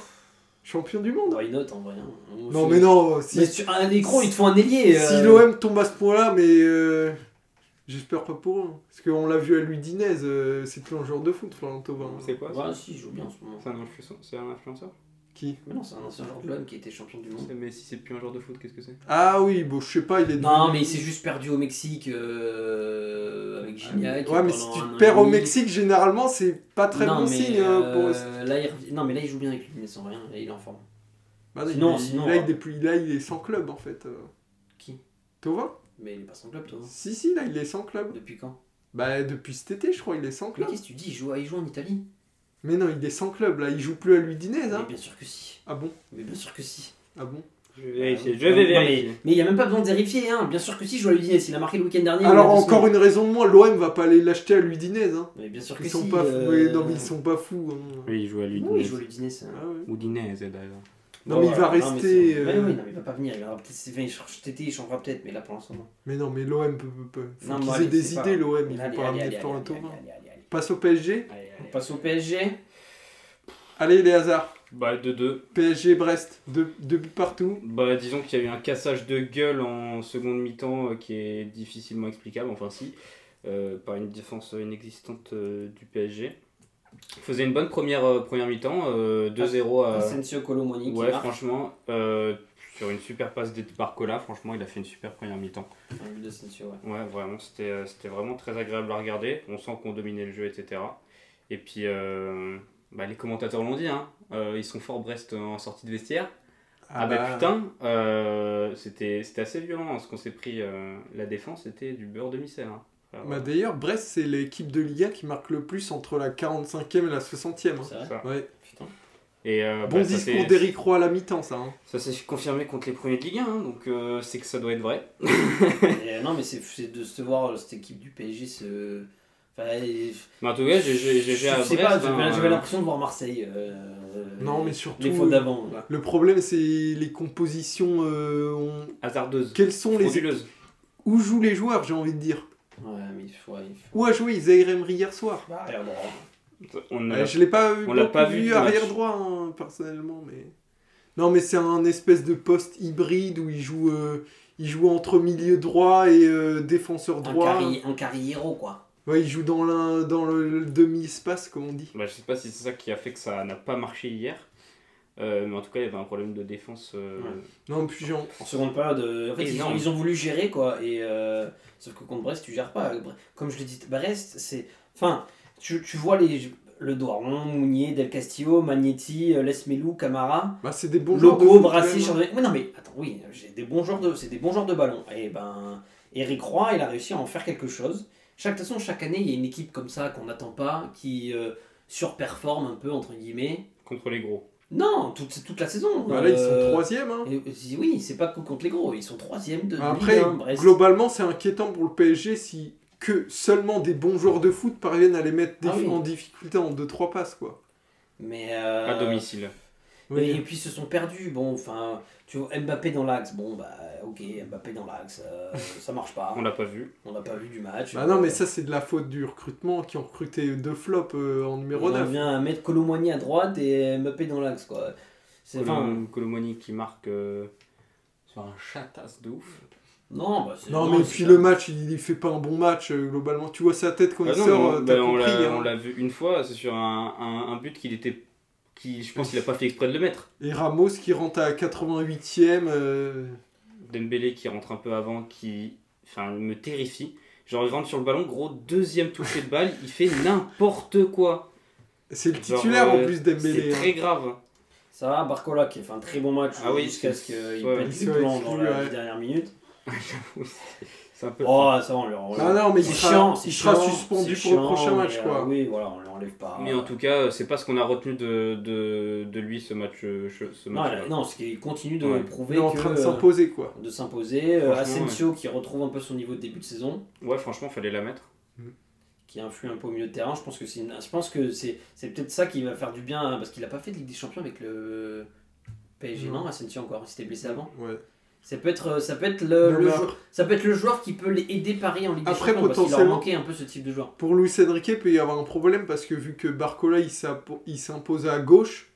champion du monde. Bon, il note en vrai. hein. On Non, fait- mais non, si, Mais sur un écran, ils te font un ailier. euh, si l'OM tombe à ce point-là, mais euh, j'espère pas pour eux. hein. Parce qu'on l'a vu à Ludinez, euh, c'est plus un joueur de foot, Florian Thauvin. hein. C'est quoi ça Ouais, si, il joue bien en ce moment. C'est un influenceur- c'est un influenceur Qui Mais non, c'est un ancien joueur de l'OM qui était champion du monde. C'est- Mais si c'est plus un joueur de foot, qu'est-ce que c'est Ah oui, bon, je sais pas, il est. Non, devenu- mais il s'est juste perdu au Mexique euh, avec Gignac. Ah, Ouais, mais si pendant tu un an te et perds au demi. Mexique, généralement, c'est pas très Non, bon mais, signe. hein, pour- euh, là, il... rev- Non, mais là, il joue bien avec lui, mais sans rien, et il est en forme. Bah non, sinon- il- sinon, là, euh, il est plus- là, il est sans club en fait. euh. Qui Thauvin Mais il est pas sans club, toi. hein. Si, si, là, il est sans club. Depuis quand Bah, depuis cet été, je crois, il est sans Mais club. qu'est-ce que tu dis il joue, il joue en Italie Mais non, il est sans club, là. Il joue plus à Ludinez, Mais hein. bien sûr que si. Ah bon Mais bien sûr que si. Ah bon Je vais vérifier. Je vais Non, mais- vérifier. Mais il n'y a même pas besoin de vérifier, hein. Bien sûr que si, je joue à l'Udinese. Il a marqué le week-end dernier. Alors, il y a deux encore semaines. une raison de moins, l'OM va pas aller l'acheter à Ludinez, hein. Mais bien sûr que Ils sont si. pas fous. euh, ouais, Non, mais ils sont pas fous. hein. Oui, il joue à Oui, il joue l'Udinese. à l'Udinese. hein. Ah ouais. Udinese d'ailleurs. Non, Bon, mais il va voilà. bah, Non, mais rester, c'est- euh, Ouais, ouais, non, mais il va pas venir. Il va peut-être. enfin, il change cet été, il changera peut-être, mais là pour l'instant, non. Mais non, mais l'OM peut. peut, peut. Faut Non, qu'ils bon, aient allez, des c'est pas idées, grave. l'OM. Ils Allez, vont allez, pas allez, ramener allez, Florent allez, Thauvin. allez, allez, allez. Passe au PSG. Allez, On passe au PSG. Allez, les hasards. Bah, 2-2. PSG, Brest. Deux, deux buts partout. Bah, disons qu'il y a eu un cassage de gueule en seconde mi-temps euh, qui est difficilement explicable, enfin si, euh, par une défense inexistante euh, du PSG. Faisait une bonne première, euh, première mi-temps, euh, Ah, 2-0 à. Asensio Colomoni qui Ouais, marque. franchement, euh, sur une super passe d'Ed Barcola, franchement, il a fait une super première mi-temps. Un but d'Asensio, ouais. Ouais, vraiment, c'était euh, c'était vraiment très agréable à regarder. On sent qu'on dominait le jeu, etc. Et puis, euh, bah, les commentateurs l'ont dit, hein, euh, ils sont forts Brest en sortie de vestiaire. Ah, bah, putain, euh, c'était c'était assez violent hein, ce qu'on s'est pris. euh, la défense, c'était du beurre de micelle. hein. Enfin, Bah, d'ailleurs, Brest, c'est l'équipe de Liga qui marque le plus entre la 45e et la 60e. hein. C'est vrai. ça. Ouais. Putain. Et, Ah, euh, Bon bah, ça discours s'est- d'Eric Roy à la mi-temps, ça. hein. Ça s'est confirmé contre les premiers de Ligue 1, hein, donc euh, c'est que ça doit être vrai. Et, euh, non, mais c'est c'est de se voir euh, cette équipe du PSG se. Enfin, et- Mais en tout cas, j'ai- j'ai j'ai je j'ai à sais Brest. pas, hein, j'avais euh, j'avais l'impression de voir Marseille. euh, Non, mais Les surtout. euh, fautes d'avant. Le problème, c'est les compositions. euh, on- hasardeuse, Quelles sont les. frauduleuse. Où jouent les joueurs, j'ai envie de dire Ouais, mais il faut. ouais, il faut- Où a joué Isaïr Emery hier soir Bah, alors, bon. On ne Euh, l'a- Je l'ai pas, euh, on l'a beaucoup pas vu du match. arrière droit, hein, personnellement, mais. Non, mais c'est un espèce de poste hybride où il joue, euh, il joue entre milieu droit et euh, défenseur un, droit. carri- un carriero, quoi. Ouais, il joue dans, l'un- dans le, le demi-espace, comme on dit. Bah, je sais pas si c'est ça qui a fait que ça n'a pas marché hier. Euh, mais en tout cas, il y avait un problème de défense. euh, Ouais. Non, puis j'ai en- En seconde période, euh, en fait, ils ont, Énorme. ils ont voulu gérer, quoi. Et, euh, sauf que contre Brest, tu gères pas. Bre- Comme je l'ai dit, Brest, c'est. Enfin, tu, tu vois les. Le Doiron, Mounier, Del Castillo, Magnetti, euh, Lesmelou, Camara, Bah, c'est des bons joueurs. de Loco, foot, Brassi, quand même. hein. Chardonnay. Oui, non, mais attends, oui, j'ai des bons joueurs de, c'est des bons joueurs de ballon. Et ben, Eric Roy, il a réussi à en faire quelque chose. Chaque de toute façon, chaque année, il y a une équipe comme ça qu'on n'attend pas, qui euh, surperforme un peu entre guillemets. contre les gros. Non, toute, toute la saison. Bah, là, ils sont euh, troisième. hein. Bah, et- et- oui, c'est pas que contre les gros, ils sont troisième de de Après, Ligue 1, hein, Brest. globalement, c'est inquiétant pour le PSG si que seulement des bons joueurs de foot parviennent à les mettre Ah oui. en difficulté en 2-3 passes, quoi. Mais euh, À domicile. Oui. Et puis ils se sont perdus. Bon, enfin, tu vois, Mbappé dans l'axe. Bon, bah, ok, Mbappé dans l'axe. euh, ça marche pas. On l'a pas vu. On n'a pas vu du match. Bah non, mais ça, c'est de la faute du recrutement qui ont recruté deux flops euh, en numéro On en 9. vient à mettre Colomboigny à droite et Mbappé dans l'axe, quoi. C'est hein. enfin, Colom- Colomoni qui marque euh, sur un chatasse de ouf. Non, bah, c'est- Non, mais c'est puis pas- le match, il, il fait pas un bon match euh, globalement. Tu vois sa tête quand Ah il non, sort, mais on- euh, bah, t'as on compris. l'a- hein. on l'a vu une fois, c'est sur un, un- un but qu'il était. Qui, je pense qu'il a pas fait exprès de le mettre. Et Ramos qui rentre à 88ème. euh, Dembélé qui rentre un peu avant, qui enfin, me terrifie. Genre, il rentre sur le ballon, gros, deuxième toucher de balle, il fait n'importe quoi. C'est le Genre, titulaire en euh, plus C'est Dembélé. hein. très grave. Ça va, Barcola qui a fait un très bon match euh, Ah oui, jusqu'à ce c'est- qu'il ouais, pète il du soit plomb dans exclu, la ouais. dernière minute. C'est un peu. Oh, ça, on le on le- Ah non, mais il c'est sera- chiant, il c'est sera chiant, suspendu c'est pour le prochain chiant, match, mais, quoi. euh, oui, voilà, on l'enlève pas. Mais en tout cas, c'est pas ce qu'on a retenu de, de, de lui ce match. euh, che- Ce Non, match là, non, ce qui continue de Ouais. Il prouver est en que, train de euh, s'imposer, quoi. de s'imposer. Euh, Franchement, Asensio qui retrouve un peu son niveau de début de saison, Ouais, franchement, fallait la mettre. qui influe un peu au milieu de terrain. Je pense que c'est, une- je pense que c'est, c'est peut-être ça qui va faire du bien, hein, parce qu'il n'a pas fait de Ligue des Champions avec le PSG, non, Non. Asensio encore, il s'était blessé avant. Ouais. Ça peut être, euh, ça peut être le, Non, le mais jou- ça peut être le joueur qui peut les aider Paris en Ligue Après, des Champions, parce qu'il leur potentiellement- manquait un peu ce type de joueur. Pour Luis Enrique, il peut y avoir un problème parce que vu que Barcola il s'impo- il s'impose à gauche,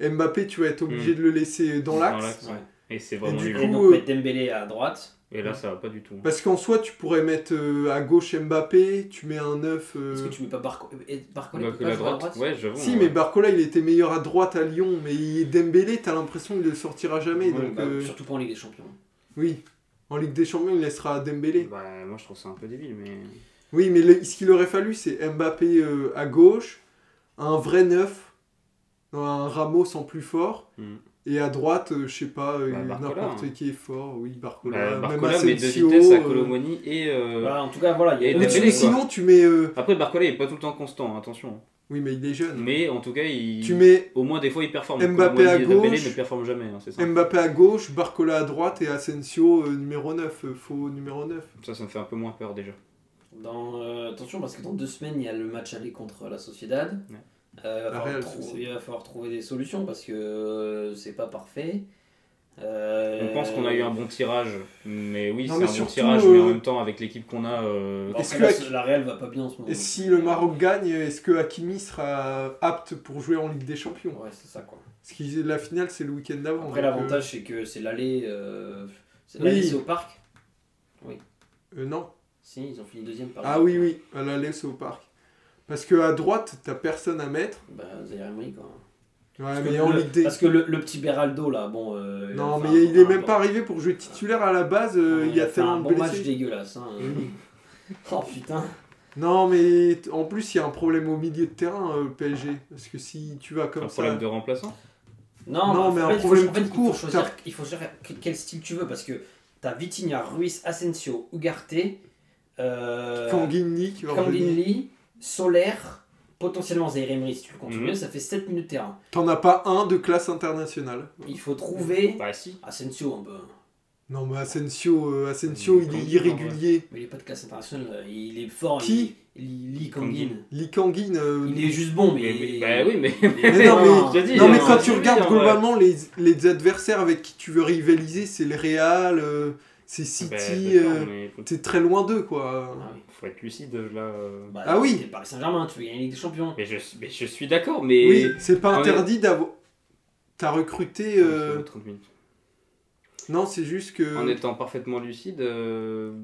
Mbappé, tu vas être Hmm. obligé de le laisser dans l'axe. ouais. Et c'est vraiment du nul. Et coup, donc euh, mettre Dembélé à droite. Et là, ça va pas du tout. Parce qu'en soi, tu pourrais mettre euh, à gauche Mbappé, tu mets un 9. euh, Est-ce que tu mets pas Barco- et Barcola Bah, peut que pas la jouer à droite, ouais, j'avoue. Si, ouais. mais Barcola, il était meilleur à droite à Lyon, mais il- Dembélé, t'as l'impression qu'il ne sortira jamais. Ouais, donc, bah, euh, Surtout pas en Ligue des Champions. oui, en Ligue des Champions, il laissera à Dembélé. Bah, moi, je trouve ça un peu débile, mais. Oui, mais le- ce qu'il aurait fallu, c'est Mbappé euh, à gauche, un vrai neuf, un Ramos en plus fort, Mm. et à droite, euh, je sais pas, euh, Bah, Barcola, n'importe hein. qui est fort, oui, Barcola, Bah, même Barcola met de Asensio, vitesse à euh, Colomoni et. euh, Voilà, en tout cas, voilà. il y a- Et mais tu- Dembélé, quoi. sinon, tu mets. euh, Après, Barcola il est pas tout le temps constant, hein, attention. Oui, mais il est jeune. Mais en tout cas, il... Tu mets au moins des fois, il performe. Mbappé Colomoni à et Dembélé gauche. ne performe jamais, hein, c'est ça. Mbappé à gauche, Barcola à droite et Asensio euh, numéro 9, euh, faux numéro 9. Ça, ça me fait un peu moins peur déjà. Dans, euh, attention, parce que dans deux semaines, il y a le match aller contre la Sociedad. Ouais. Euh, il, va La falloir Real trou- Sociedad. il va falloir trouver des solutions parce que euh, c'est pas parfait. Euh, On pense qu'on a eu un bon tirage, mais oui, Non, c'est mais un bon surtout, tirage, mais en euh, même temps, avec l'équipe qu'on a, euh, Bon, Est-ce après, que- la, so- la Real va pas bien en ce moment. Et si le Maroc gagne, est-ce que Hakimi sera apte pour jouer en Ligue des Champions Ouais, c'est ça quoi. Parce que la finale, c'est le week-end d'avant. Après, donc, euh, l'avantage, c'est que c'est l'aller. euh, c'est Oui. l'aller, c'est au parc. euh, euh, non. Si, ils ont fini deuxième par Ah oui, oui, à l'aller, c'est au parc. Parce que à droite, t'as personne à mettre. Bah, Zaire Emery, quoi. Ouais, Parce que mais en le- Ligue des. Parce que le, le petit Beraldo là, bon. euh, Non, enfin, mais il est un- même pas arrivé pour jouer titulaire à la base. euh, il y a fait tellement un de bon match blessés. dégueulasse. Hein. oh putain. Non, mais t- en plus, il y a un problème au milieu de terrain, euh, PSG. Parce que si tu vas un comme ça. problème de remplaçant. Non, Non, mais en un fait, il faut- problème en fait, tout il faut court, choisir- t'as- Il faut choisir que- quel style tu veux parce que t'as Vitinha, Ruiz, Asensio, Ugarte, euh, Kanguinli qui va revenir. Kanginli, Solaire, potentiellement Zaire Emery si tu le comptes Mhm. bien, ça fait 7 minutes de terrain. T'en as pas un de classe internationale. Il faut trouver Bah, si. Asensio un peu. hein. Non, mais Asensio, euh, Asensio Mm, il est Kang- irrégulier. Mais il est pas de classe internationale, il est fort. Qui il, il, il, Kangin. Kangin. Lee Kangin. euh, Il est hein, juste bon, mais. Mais, mais- bah oui, mais. Mais non, mais- Je dis, hein. Non, il mais a quand un tu souvenir, regardes ouais. globalement les, les adversaires avec qui tu veux rivaliser, c'est le Real, euh, c'est Bah, City. d'accord, euh, mais faut- T'es très loin d'eux, quoi. Ah oui. Faut être lucide là. euh. Bah, Ah oui. t'es Paris Saint-Germain, tu veux gagner la Ligue des Champions. Mais je, mais je suis d'accord, mais. Oui, c'est pas Ah, mais- interdit d'avoir. T'as recruté. euh, 30 minutes. Non, c'est juste que. En étant parfaitement lucide, euh,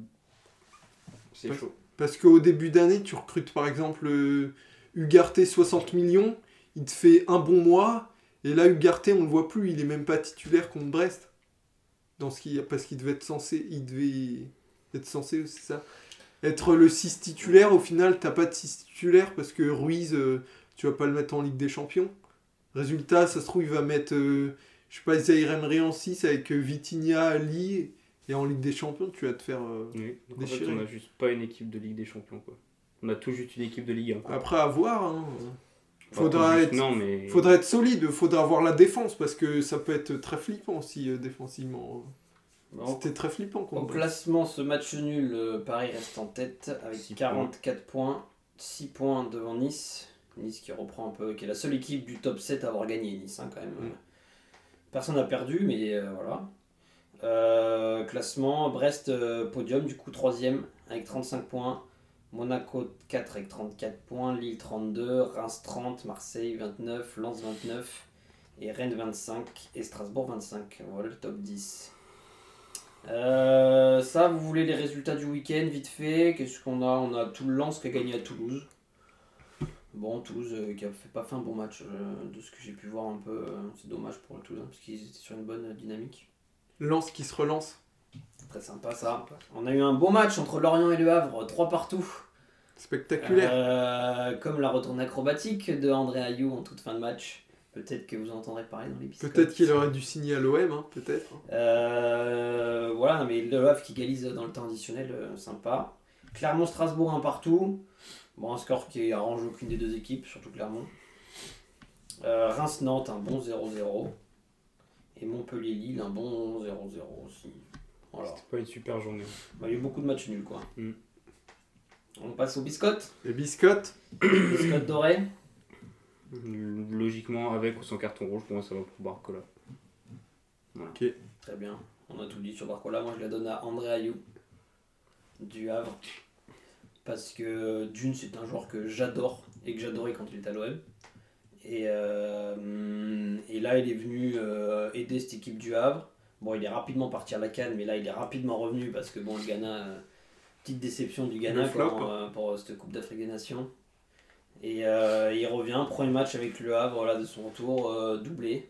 c'est Ouais. chaud. Parce qu'au début d'année, tu recrutes par exemple euh, Ugarte 60 millions, il te fait un bon mois, et là Ugarte, on le voit plus, il est même pas titulaire contre Brest. Dans ce qui... Parce qu'il devait être censé. Il devait être censé, c'est ça. Être le 6 titulaire, au final, t'as pas de 6 titulaire parce que Ruiz, euh, Tu vas pas le mettre en Ligue des Champions. Résultat, ça se trouve, il va mettre, euh, je sais pas, Zaire Emery en 6 avec euh, Vitinha, Ali. Et en Ligue des Champions, tu vas te faire. euh, Oui. Donc, en fait, Déchiré. on a juste pas une équipe de Ligue des Champions. Quoi. On a tout juste une équipe de Ligue 1. Après, à voir. hein. Enfin, faudra tout juste, être- Non, mais. Faudra être solide, faudra avoir la défense parce que ça peut être très flippant si euh, défensivement. euh, Bon, C'était très flippant Au contre. classement, ce match nul, euh, Paris reste en tête avec Six 44 points. 6 points devant Nice. Nice qui reprend un peu, qui est la seule équipe du top 7 à avoir gagné Nice hein, quand même. Mm. Personne n'a perdu, mais euh, voilà. Euh, classement, Brest euh, podium, du coup 3 avec 35 points. Monaco 4 avec 34 points, Lille 32, Reims 30, Marseille 29, Lens 29 et Rennes 25 et Strasbourg 25. Voilà le top 10. Euh, ça, vous voulez les résultats du week-end vite fait Qu'est-ce qu'on a On a tout le Lens qui a gagné à Toulouse. Bon, Toulouse euh, qui a fait, pas fait un bon match euh, de ce que j'ai pu voir un peu. euh, c'est dommage pour le Toulouse parce qu'ils étaient sur une bonne euh, dynamique. Lance qui se relance. C'est Très sympa ça. On a eu un beau match entre Lorient et Le Havre, 3 partout. Spectaculaire. Euh, comme la retourne acrobatique de André Ayou en toute fin de match. Peut-être que vous en entendrez parler dans l'épisode. Peut-être qu'il aurait dû signer à l'OM, hein, peut-être. Euh, voilà, mais Le Havre qui égalise dans le temps additionnel, euh, sympa. Clermont-Strasbourg un partout. Bon, un score qui arrange aucune des deux équipes, surtout Clermont. Euh, Reims-Nantes, un bon 0-0. Et Montpellier-Lille, un bon 0-0 aussi. Voilà. C'était pas une super journée. Bah, il y a eu beaucoup de matchs nuls, quoi. Mm. On passe au biscotte. Et Biscotte, biscotte doré. Logiquement, avec ou sans carton rouge, pour moi, ça va pour Barcola. Très bien. On a tout dit sur Barcola. Moi, je la donne à André Ayou du Havre. Parce que d'une, c'est un joueur que j'adore et que j'adorais quand il était à l'OM. Et, euh, et là, il est venu euh, aider cette équipe du Havre. Bon, il est rapidement parti à la canne, mais là, il est rapidement revenu parce que, bon, le Ghana, euh, petite déception du Ghana Le flop. quoi, en, euh, pour euh, cette Coupe d'Afrique des Nations. Et euh, il revient, premier match avec le Havre là, de son retour, euh, doublé.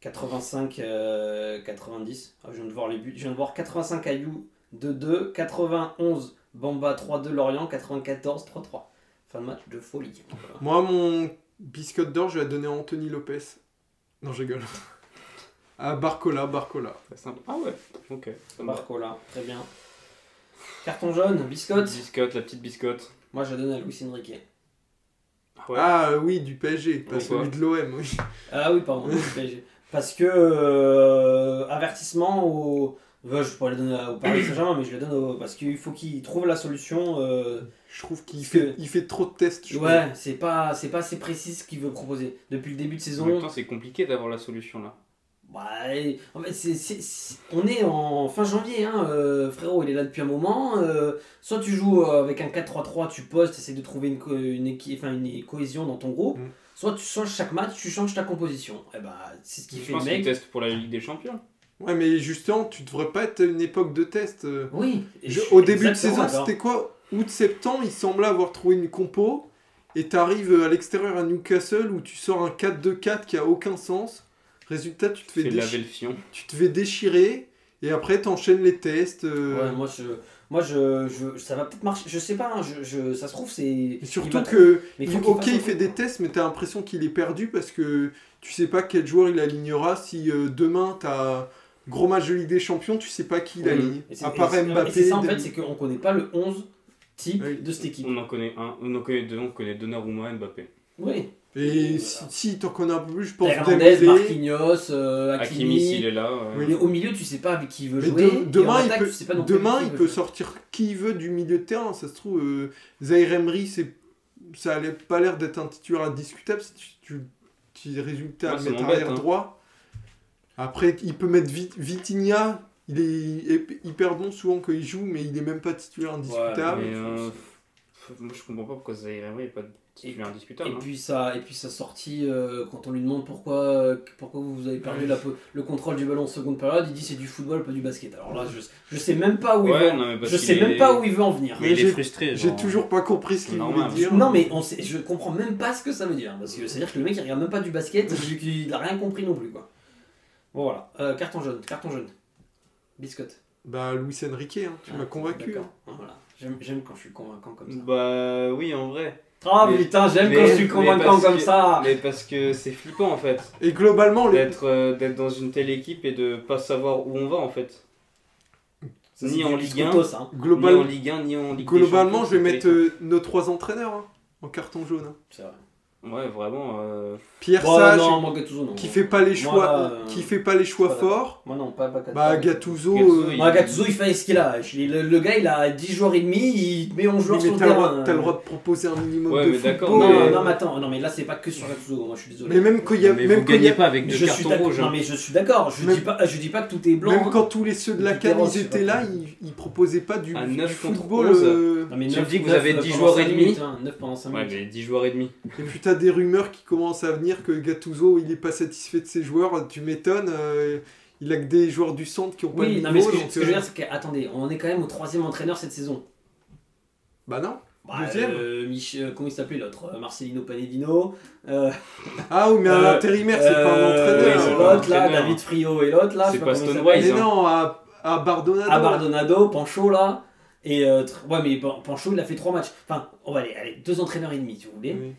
85 euh, 90. Ah, je viens de voir les buts. Je viens de voir 85 Ayou 2-2, 91 Bamba 3-2 Lorient, 94 3-3. Fin de match de folie. Voilà. moi, mon Biscotte d'or, je vais la donner à Anthony Lopez. Non, je rigole. À Barcola, Barcola. C'est sympa. Ah ouais, ok. Ça me va. Marcola, très bien. Carton jaune, biscotte. Biscotte, la petite biscotte. Moi je la donne à Luis Enrique. Ouais. Ah euh, oui, du PSG, pas Pourquoi celui de l'OM, oui. Ah oui, pardon, PSG. Parce que euh, avertissement au. Enfin, je pourrais le donner au Paris Saint-Germain, mais je le donne au. Parce qu'il faut qu'il trouve la solution. euh, Je trouve qu'il Parce fait, il fait trop de tests. je trouve. Ouais, c'est pas, c'est pas assez précis ce qu'il veut proposer. Depuis le début de En saison. même temps, c'est compliqué d'avoir la solution là. Bah, et- en fait, c'est- c'est- c'est- on est en fin janvier, hein, euh, frérot, il est là depuis un moment. euh, soit tu joues euh, avec un 4-3-3, tu postes, essaies de trouver une, co- une, équi- enfin, une cohésion dans ton groupe. Mm. Soit tu changes chaque match, tu changes ta composition. Et bah, c'est ce qui Je fait le pense qu'ils mec. testent pour la Ligue des Champions. Ouais, mais justement, tu devrais pas être à une époque de tests. euh. Oui, et Je- je suis au début de exactement saison, d'accord. c'était quoi Août-septembre, il semblait avoir trouvé une compo. Et t'arrives à l'extérieur à Newcastle où tu sors un 4-2-4 qui a aucun sens. Résultat, tu te fais, C'est déchi- laver le fion. tu te fais déchirer. Et après, t'enchaînes les tests. euh, Ouais, moi, je, moi je, je- ça va peut-être marcher. Je sais pas, hein, je, je- ça se trouve, c'est. Et il surtout va que, Mais il- faut qu'il ok, fasse un il fait truc. des tests, mais t'as l'impression qu'il est perdu parce que tu sais pas quel joueur il alignera. Si euh, demain t'as gros match de Ligue des Champions, tu sais pas qui il Oui. aligne. Mm. Et c'est À part et c'est- Mbappé. et c'est ça en fait, Dembélé. c'est qu'on connaît pas le 11 type Oui. de cette équipe. On en connaît un, on en connaît deux, on connaît Donnarumma et Mbappé. Oui. Et si, si t'en connais un peu plus, je pense Hernandez, Dembélé. Marquinhos, euh, Hakimi, Hakimi. s'il est là. ouais. Oui. Mais au milieu, tu sais pas avec qui il veut Mais jouer. de- et en demain, il attaque, peut, tu sais pas non plus demain, avec qui il veut peut jouer. sortir qui il veut du milieu de terrain. Ça se trouve, euh, Zaïre Emery, c'est, ça n'a pas l'air d'être un titulaire indiscutable. Si tu, tu, tu résultats Moi, ça mettre m'embête, arrière hein. droit. Après, il peut mettre Vit- Vitinha. Il est hy- hyper bon souvent quand il joue, mais il est même pas titulaire indiscutable. Mais, je euh, pense. pff, moi je comprends pas pourquoi Zaire Emery est pas titulaire indiscutable. Et hein. puis, ça, et puis sa sortie, euh, quand on lui demande pourquoi, euh, pourquoi vous avez perdu la po- le contrôle du ballon en seconde période, il dit c'est du football, pas du basket. Alors là, je, je sais même pas où Ouais, il veut, non, mais parce je qu'il sais même est- pas où il veut en venir. Mais il j'ai- est frustré. J'ai genre. toujours pas compris ce c'est qu'il voulait normal. dire. Non mais on sait, je comprends même pas ce que ça veut dire hein, parce que c'est à dire que le mec il regarde même pas du basket vu qu'il a rien compris non plus quoi. Bon voilà Euh, carton jaune carton jaune biscotte. Bah, Luis Enrique, hein, tu Ah, m'as convaincu. d'accord. hein. Voilà. J'aime j'aime quand je suis convaincant comme ça. Bah oui, en vrai. Ah Mais- putain, j'aime mais- quand je suis mais convaincant parce comme que- ça. Mais parce que c'est flippant en fait, Et globalement, les... d'être euh, d'être dans une telle équipe et de pas savoir où on va en fait. Ça, c'est ni, en du Ligue 1, biscotto, ça, hein. ni en global... Ligue 1, ni en Ligue des globalement Champions, je vais c'était- mettre euh, nos trois entraîneurs hein, en carton jaune. hein. C'est vrai. Ouais, vraiment. euh, Pierre Bon, Sage, non, moi, Gattuso, non. qui fait pas les Moi, choix, euh, qui fait pas les choix pas d'accord. forts. Moi, non, pas, pas Bah Gattuso. Gattuso, Gattuso, euh, il- Moi, Gattuso, il fait ce qu'il a. Je- Le, le gars, il a 10 joueurs et demi, il met 11 joueurs mais sur le t'as le droit- terrain. t'as le droit de proposer un minimum Ouais, de mais football. euh, d'accord, Non, mais- non, mais attends, non, mais là, c'est pas que sur Gattuso, moi, je suis désolé. Mais même quand il y a, mais même vous quand il y gagnez a- pas avec Mais deux je suis cartons d'accord. rouges. Non, hein. mais je suis d'accord. Je, Même- dis pas- je dis pas que tout est blanc. même hein. quand tous les ceux de la Des canne terrasses, ils je sais étaient pas là, quoi. ils, ils proposaient pas du, À du 9 contre football. 11. euh, Non, mais Tu neuf- me dis que vous neuf, avez euh, 10 pendant joueurs et cinq demi. minutes, hein, neuf pendant 5 Ouais, minutes. mais 10 joueurs et demi. Et puis t'as des rumeurs qui commencent à venir que Gattuso il est pas satisfait de ses joueurs. Tu m'étonnes. euh, il a que des joueurs du centre qui ont pas de Oui, niveau. non, mais ce que, donc, ce que je veux euh, dire, c'est que, attendez, on est quand même au troisième entraîneur cette saison. Bah non. Bah, Deuxième. euh, Mich- euh, comment il s'appelait l'autre Euh, Marcelino Panedino. Euh, Ah oui, mais un Euh, intérimaire, c'est pas un oui, euh, c'est entraîneur. hein. pas un l'autre là, entraîneur. David Frio et l'autre là. je C'est sais pas comment il Stoneway, s'appelle. mais hein. non, à, à Bardonado. Abardonado, Ah, Pancho là. Et euh, tr- ouais, mais Pan- Pancho il a fait trois matchs. Enfin, on va aller, allez, deux entraîneurs et demi, si vous voulez. Oui,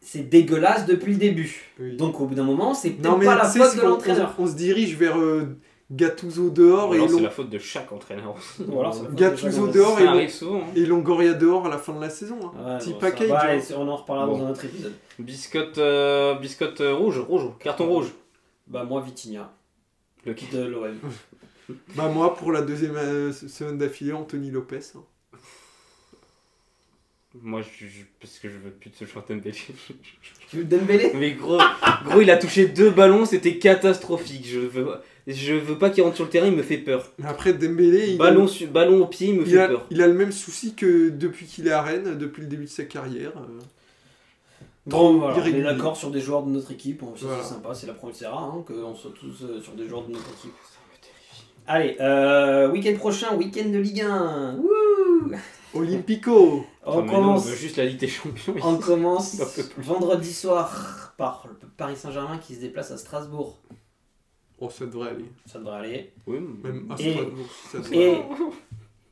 C'est dégueulasse depuis le début. oui. Donc au bout d'un moment, c'est non peut-être mais pas la tu sais, faute c'est de qu'on- l'entraîneur. On, on se dirige vers euh, Gattuso dehors Ou alors et, c'est Long- la faute de chaque entraîneur. Ou alors, c'est la faute Gattuso de Jacques Lozano. dehors et Ça arrive souvent. hein. et Longoria dehors à la fin de la saison. hein. Ouais, Petit ça- package, ouais, hein. et c'est- on en reparlera Bon. dans un autre épisode. Biscotte, euh, biscotte euh, rouge, rouge, carton rouge. Bah, moi, Vitinha, euh, Le de l'OM. Bah moi pour la deuxième euh, semaine d'affilée, Anthony Lopez. hein. Moi, je, je- parce que je veux plus de ce chantin de Belgique. tu veux Dembélé Mais gros, gros, il a touché deux ballons, c'était catastrophique. Je veux, je veux pas qu'il rentre sur le terrain, il me fait peur. Mais après Dembélé, il, Ballon, su- ballon au pied, il me il, fait a, peur. il a le même souci que depuis qu'il est à Rennes, depuis le début de sa carrière. euh. Bon, voilà, on est irrégulier. d'accord sur des joueurs de notre équipe. Bon, ça, Voilà. C'est sympa, c'est la première, c'est rare hein, qu'on soit tous euh, sur des joueurs de notre équipe. Allez, euh, week-end prochain, week-end de Ligue 1. Wouh Olympico Attends, on mais non, on commence, veut juste la Ligue des Champions. ici. on commence J'en peux plus. vendredi soir par le Paris Saint-Germain qui se déplace à Strasbourg. Oh ça devrait aller. Ça devrait aller. Oui, Même à Et- Strasbourg, ça devrait Et aller.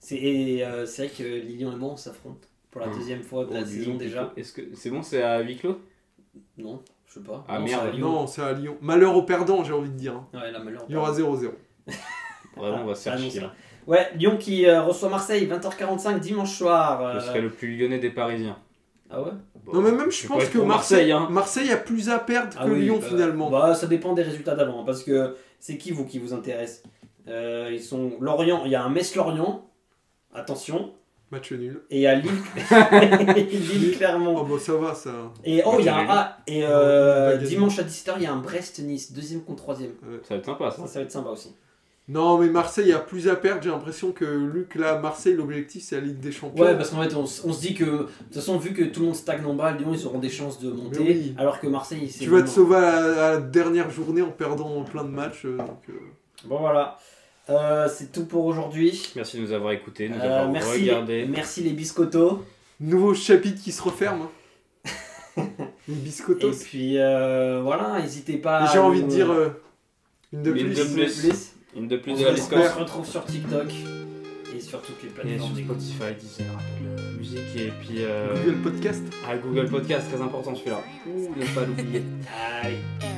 c'est et, euh, c'est vrai que Lyon et moi on s'affronte pour la Hum. deuxième fois de la Oh, dis saison donc, déjà. Est-ce que c'est bon, c'est à huis clos Non, je sais pas. Ah, Non, merde. c'est à Lyon. Non, c'est à Lyon. Malheur aux perdants, j'ai envie de dire. hein. Ouais, là, malheur. Il y aura 0-0. Vraiment, on va se faire Ah, non, chier. ça. là. Ouais, Lyon qui euh, reçoit Marseille 20h45 dimanche soir. euh. Je serais le plus lyonnais des Parisiens. Ah ouais Non mais même je Bah, C'est pas pense être que pour Marseille, Marseille, Marseille, hein. a plus à perdre Ah que oui, Lyon euh, finalement. Bah ça dépend des résultats d'avant hein, parce que c'est qui vous qui vous intéresse Euh, Ils sont Lorient, il y a un Metz-Lorient, attention, Match nul. et il y a Lille, Lille Oh clairement. bah ça va ça. Et oh, il y a un A, et euh, Magazine. dimanche à 17h, il y a un Brest-Nice, deuxième contre troisième. hein. Ça va être sympa ça. Ça, ça va être sympa aussi. Non mais Marseille a plus à perdre, j'ai l'impression que Luc là, Marseille l'objectif c'est la Ligue des Champions. Ouais, bah, parce qu'en fait, on, s- on se dit que, de toute façon, vu que tout le monde stagne en bas, Lyon, ils auront des chances de monter, Mais oui. alors que Marseille, c'est Tu vas te vraiment- sauver à la, à la dernière journée en perdant plein de matchs. euh, donc, euh, Bon, voilà. Euh, c'est tout pour aujourd'hui. Merci de nous avoir écoutés, de nous Euh, avoir merci, regardés. les, merci les biscottos. Nouveau chapitre qui se referme. hein. Les Et ah, biscottos. puis, euh, voilà, n'hésitez pas. Et J'ai à envie de nous- dire euh, une de Une plus. de nous- plus. plus. Une de plus On de la se on Discord. se retrouve sur TikTok et sur toutes les Et plateformes. sur Spotify, Deezer, Apple Music et puis euh, Google Podcast. Ah, à Google Podcast, très important celui-là. Ouh, ne pas l'oublier. Allez. Yeah.